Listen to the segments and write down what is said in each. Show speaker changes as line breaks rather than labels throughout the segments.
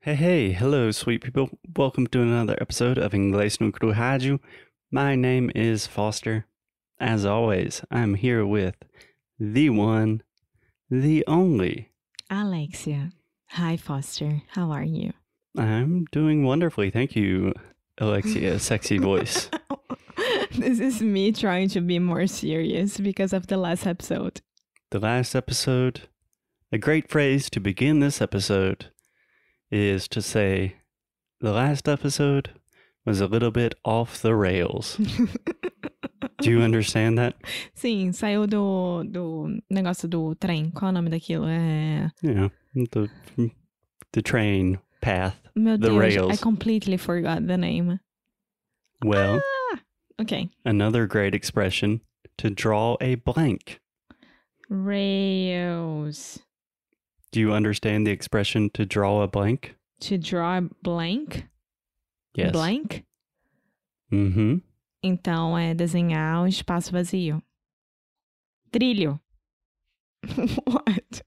Hey, hey, hello, sweet people. Welcome to another episode of Inglês no Rádio. My name is Foster. As always, I'm here with the one, the only.
Alexia. Hi, Foster. How are you?
I'm doing wonderfully. Thank you, Alexia, sexy voice.
this is me trying to be more serious because of the last episode.
The last episode, a great phrase to begin this episode is to say, the last episode was a little bit off the rails. Do you understand that?
Sim, saiu do, do negócio do trem. Qual é o nome daquilo? É.
You know, the, the train path.
Meu
The
Deus, I
rails.
completely forgot the name. Ah!
Well,
Okay.
another great expression to draw a blank.
Rails.
Do you understand the expression to draw a blank?
To draw blank.
Yes.
Blank.
Mm-hmm.
Então é desenhar um espaço vazio. Trilho. What?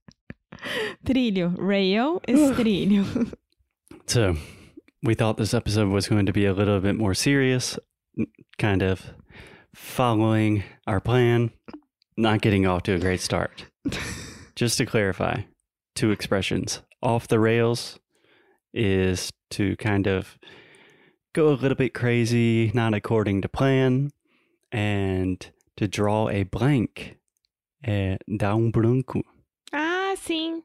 Trilho. Rail is trilho.
So, we thought this episode was going to be a little bit more serious, n- kind of following our plan, not getting off to a great start. Just to clarify, two expressions. Off the rails is to kind of go a little bit crazy, not according to plan, and to draw a blank. É, dá um branco.
ah, sim.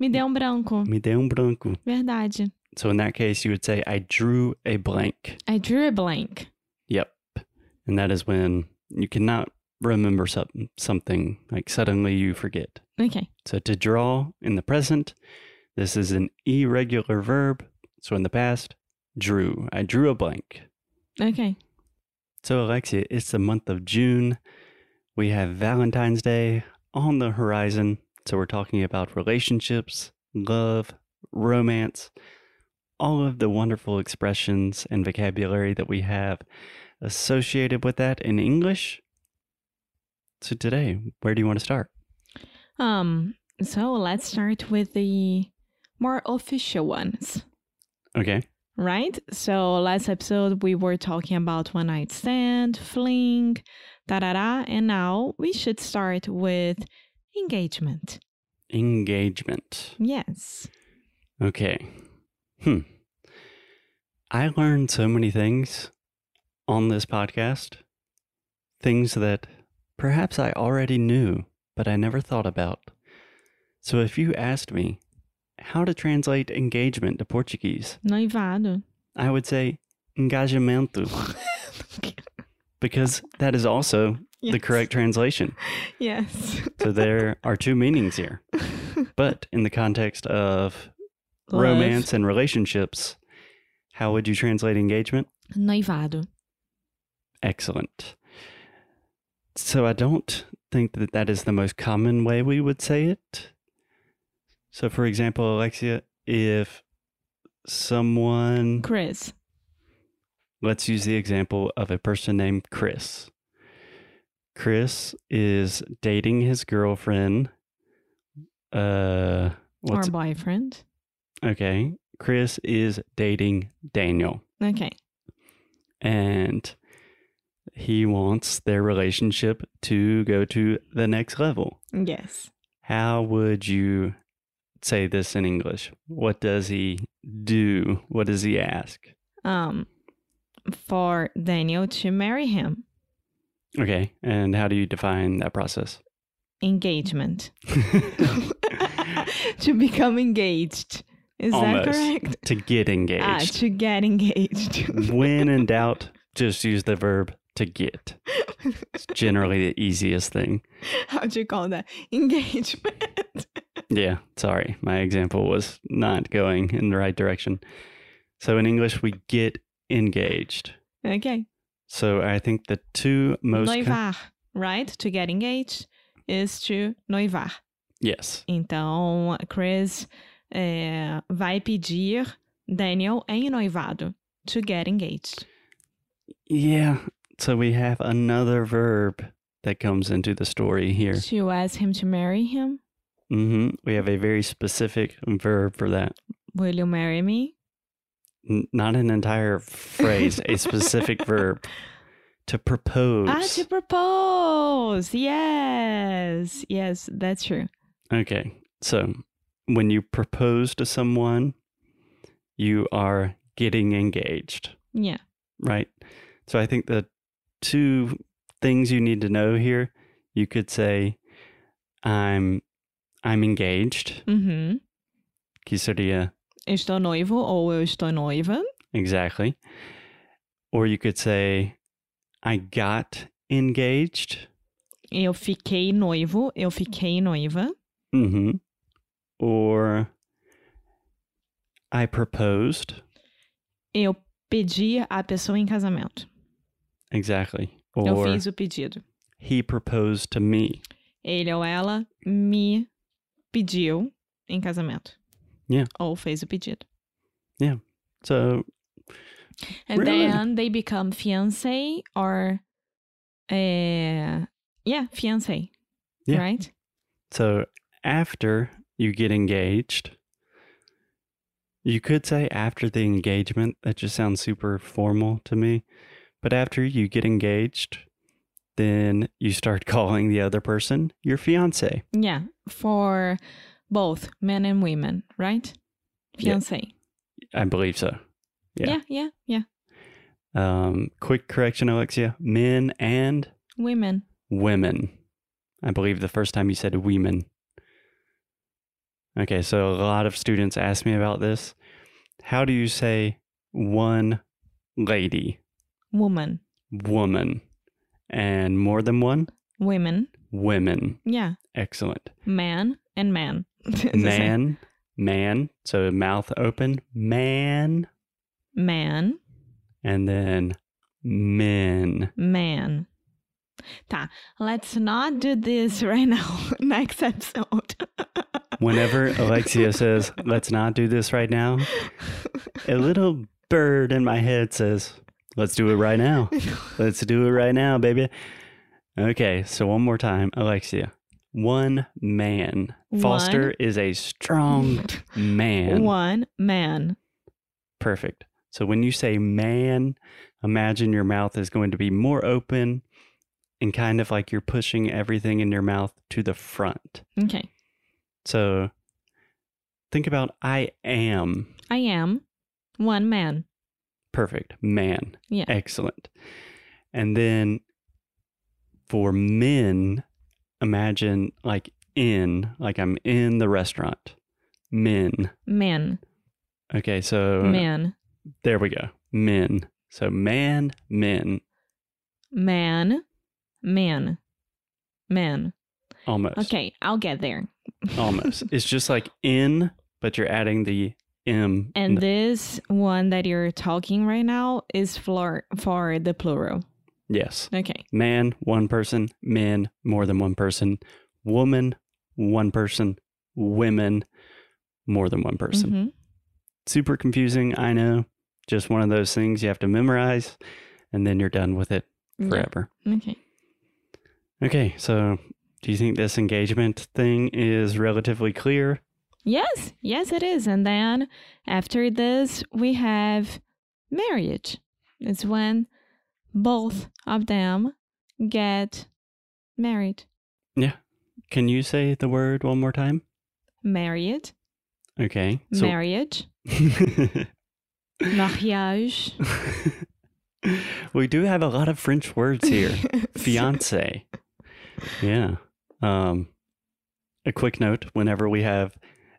Me deu um branco.
Me deu um branco.
Verdade.
So in that case, you would say, I drew a blank.
I drew a blank.
Yep. And that is when you cannot remember some, something, like suddenly you forget.
Okay.
So to draw in the present, this is an irregular verb. So in the past, drew. I drew a blank.
Okay.
So, Alexia, it's the month of June. We have Valentine's Day on the horizon. So, we're talking about relationships, love, romance, all of the wonderful expressions and vocabulary that we have associated with that in English. So, today, where do you want to start?
Um, so let's start with the more official ones.
Okay.
Right? So last episode we were talking about one night stand, fling, da da da, and now we should start with engagement.
Engagement.
Yes.
Okay. Hmm. I learned so many things on this podcast, things that perhaps I already knew, but I never thought about. So if you asked me how to translate engagement to Portuguese,
Noivado.
I would say engajamento because that is also the
Yes.
correct translation.
Yes.
So there are two meanings here. But in the context of romance and relationships, how would you translate engagement?
Love. Noivado.
Excellent. So I don't think that that is the most common way we would say it. So, for example, Alexia, if someone,
Chris.
let's use the example of a person named Chris. Chris is dating his girlfriend. Uh,
Or
what's
boyfriend.
okay? Chris is dating Daniel.
Okay.
and he wants their relationship to go to the next level.
Yes.
How would you say this in English? What does he do? What does he ask?
Um for Daniel to marry him.
Okay, and how do you define that process?
Engagement. to become engaged. Is
Almost.
that correct?
to get
Ah,
engaged.
to get engaged.
when in doubt, just use the verb to get. It's generally the easiest thing.
How'd you call that? Engagement.
Yeah, sorry. My example was not going in the right direction. So in English, we get engaged.
okay.
So I think the two most. com-
noivar, right? To get engaged is to noivar.
yes.
Então, Chris eh, vai pedir Daniel em noivado. To get engaged.
Yeah. So we have another verb that comes into the story here. Mm-hmm.
To ask him to marry him.
hmm We have a very specific verb for that
Will you marry me?
N- not an entire phrase, a specific verb. To propose.
Ah, to propose. Yes. Yes, that's true.
Okay. So when you propose to someone, you are getting engaged,
Yeah.
right? So I think the two things you need to know here, you could say, I'm I'm engaged.
Uhum.
Que seria
Estou noivo ou eu estou noiva.
exactly. Or you could say, I got engaged.
Eu fiquei noivo, eu fiquei noiva.
hmm Or I proposed.
Eu pedi a pessoa em casamento.
Exactly.
Eu
Or
fiz o pedido.
he proposed to me.
Ele ou ela me pediu em casamento.
Yeah.
Ou fez o pedido.
So
And
Really?
then they become fiancé or eh, yeah, fiancé.
Yeah.
Right?
so after you get engaged, you could say after the engagement, that just sounds super formal to me. But after you get engaged, then you start calling the other person your fiance.
Yeah, for both men and women, right?
Yeah.
Fiancé.
I believe so. Yeah.
yeah, yeah. yeah.
Um, quick correction, Alexia men and
Women.
women. I believe the first time you said women. Okay, so a lot of students ask me about this. How do you say one lady,
Woman.
woman, and more than one,
Women.
women?
Yeah.
Excellent.
Man and man. It's the same.
Man, man, so mouth open, man,
Man.
and then men.
Man. Tá. Let's not do this right now. Next episode.
Whenever Alexia says, let's not do this right now, a little bird in my head says, let's do it right now. Let's do it right now, baby. Okay, so one more time, Alexia. One man. Foster
One.
is a strong Um, man.
One man.
Perfect. So when you say man, imagine your mouth is going to be more open and kind of like you're pushing everything in your mouth to the front.
Okay.
So think about I am.
I am one man.
Perfect. Man.
Yeah.
Excellent. And then for men, imagine like in, like I'm in the restaurant. Men.
Man.
Okay, so
Man.
there we go. Men. So man, men,
Man. Man. Man.
almost.
Okay, I'll get there.
Almost. it's just like in, but you're adding the M. in
And
the-
this one that you're talking right now is for for the plural.
yes.
Okay.
Man, one person, men, more than one person, woman, one person, women, more than one person.
Mhm.
super confusing. I know. Just one of those things you have to memorize and then you're done with it
Mm-hmm. Yeah.
forever.
Okay.
Okay. So, do you think this engagement thing is relatively clear?
Yes, yes, it is. And then after this, we have marriage. It's when both of them get married.
Can you say the word one more time?
Married.
Okay. So,
Marriage. Mariage.
we do have a lot of French words here. Fiance. Yeah. Um, a quick note whenever we have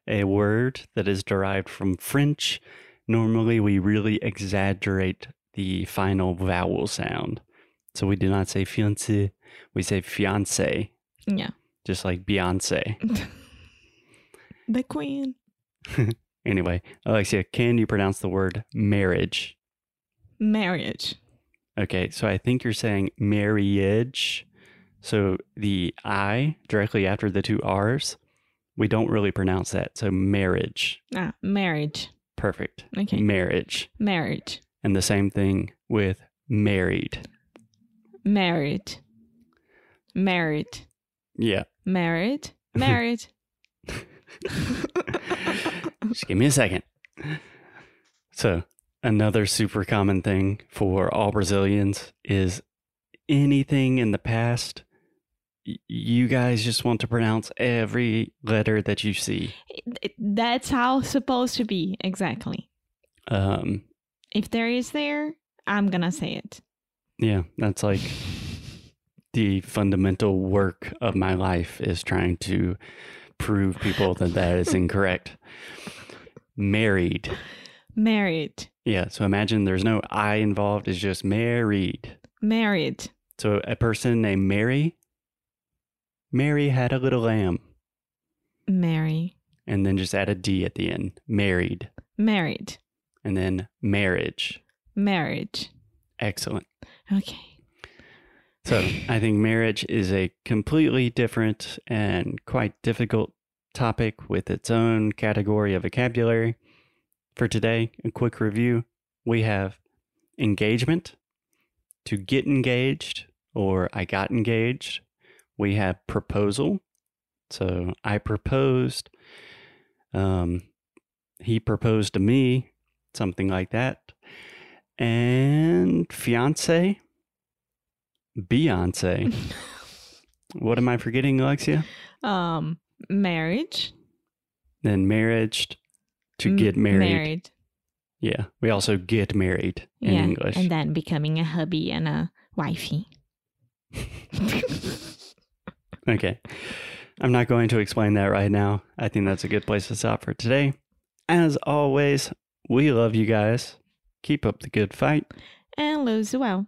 a word that is derived from French, normally we really exaggerate the final vowel sound. So we do not say fiance, we say fiance,
yeah.
just like Beyonce.
The queen.
Anyway, Alexia, can you pronounce the word marriage?
Marriage.
Okay, so I think you're saying marriage. So the I directly after the two R's, we don't really pronounce that. So marriage.
Ah, marriage.
Perfect.
Okay.
Marriage.
marriage.
And the same thing with married.
Married. Married.
Yeah.
Married. Married.
Just give me a second. So, another super common thing for all Brazilians is anything in the past, y- you guys just want to pronounce every letter that you see.
It- That's how it's supposed to be, exactly.
Um,
If there is there, I'm gonna say it.
yeah, that's like the fundamental work of my life is trying to prove people that that is incorrect. Married.
Married.
Yeah, so imagine there's no I involved, it's just married.
Married.
So a person named Mary. Mary had a little lamb,
Marry.
and then just add a D at the end. Married,
Married.
and then marriage.
Marriage.
Excellent.
Okay.
So I think marriage is a completely different and quite difficult topic with its own category of vocabulary. For today, a quick review we have engagement, to get engaged, or I got engaged. We have proposal, so I proposed, um, he proposed to me, something like that. And fiance, Beyonce. What am I forgetting, Alexia?
um, marriage.
Then marriage to
M-
get married.
Mm, Married.
Yeah. We also get married in
yeah.
English.
And then becoming a hubby and a wifey.
okay. I'm not going to explain that right now. I think that's a good place to stop for today. As always, we love you guys. Keep up the good fight.
and lose well.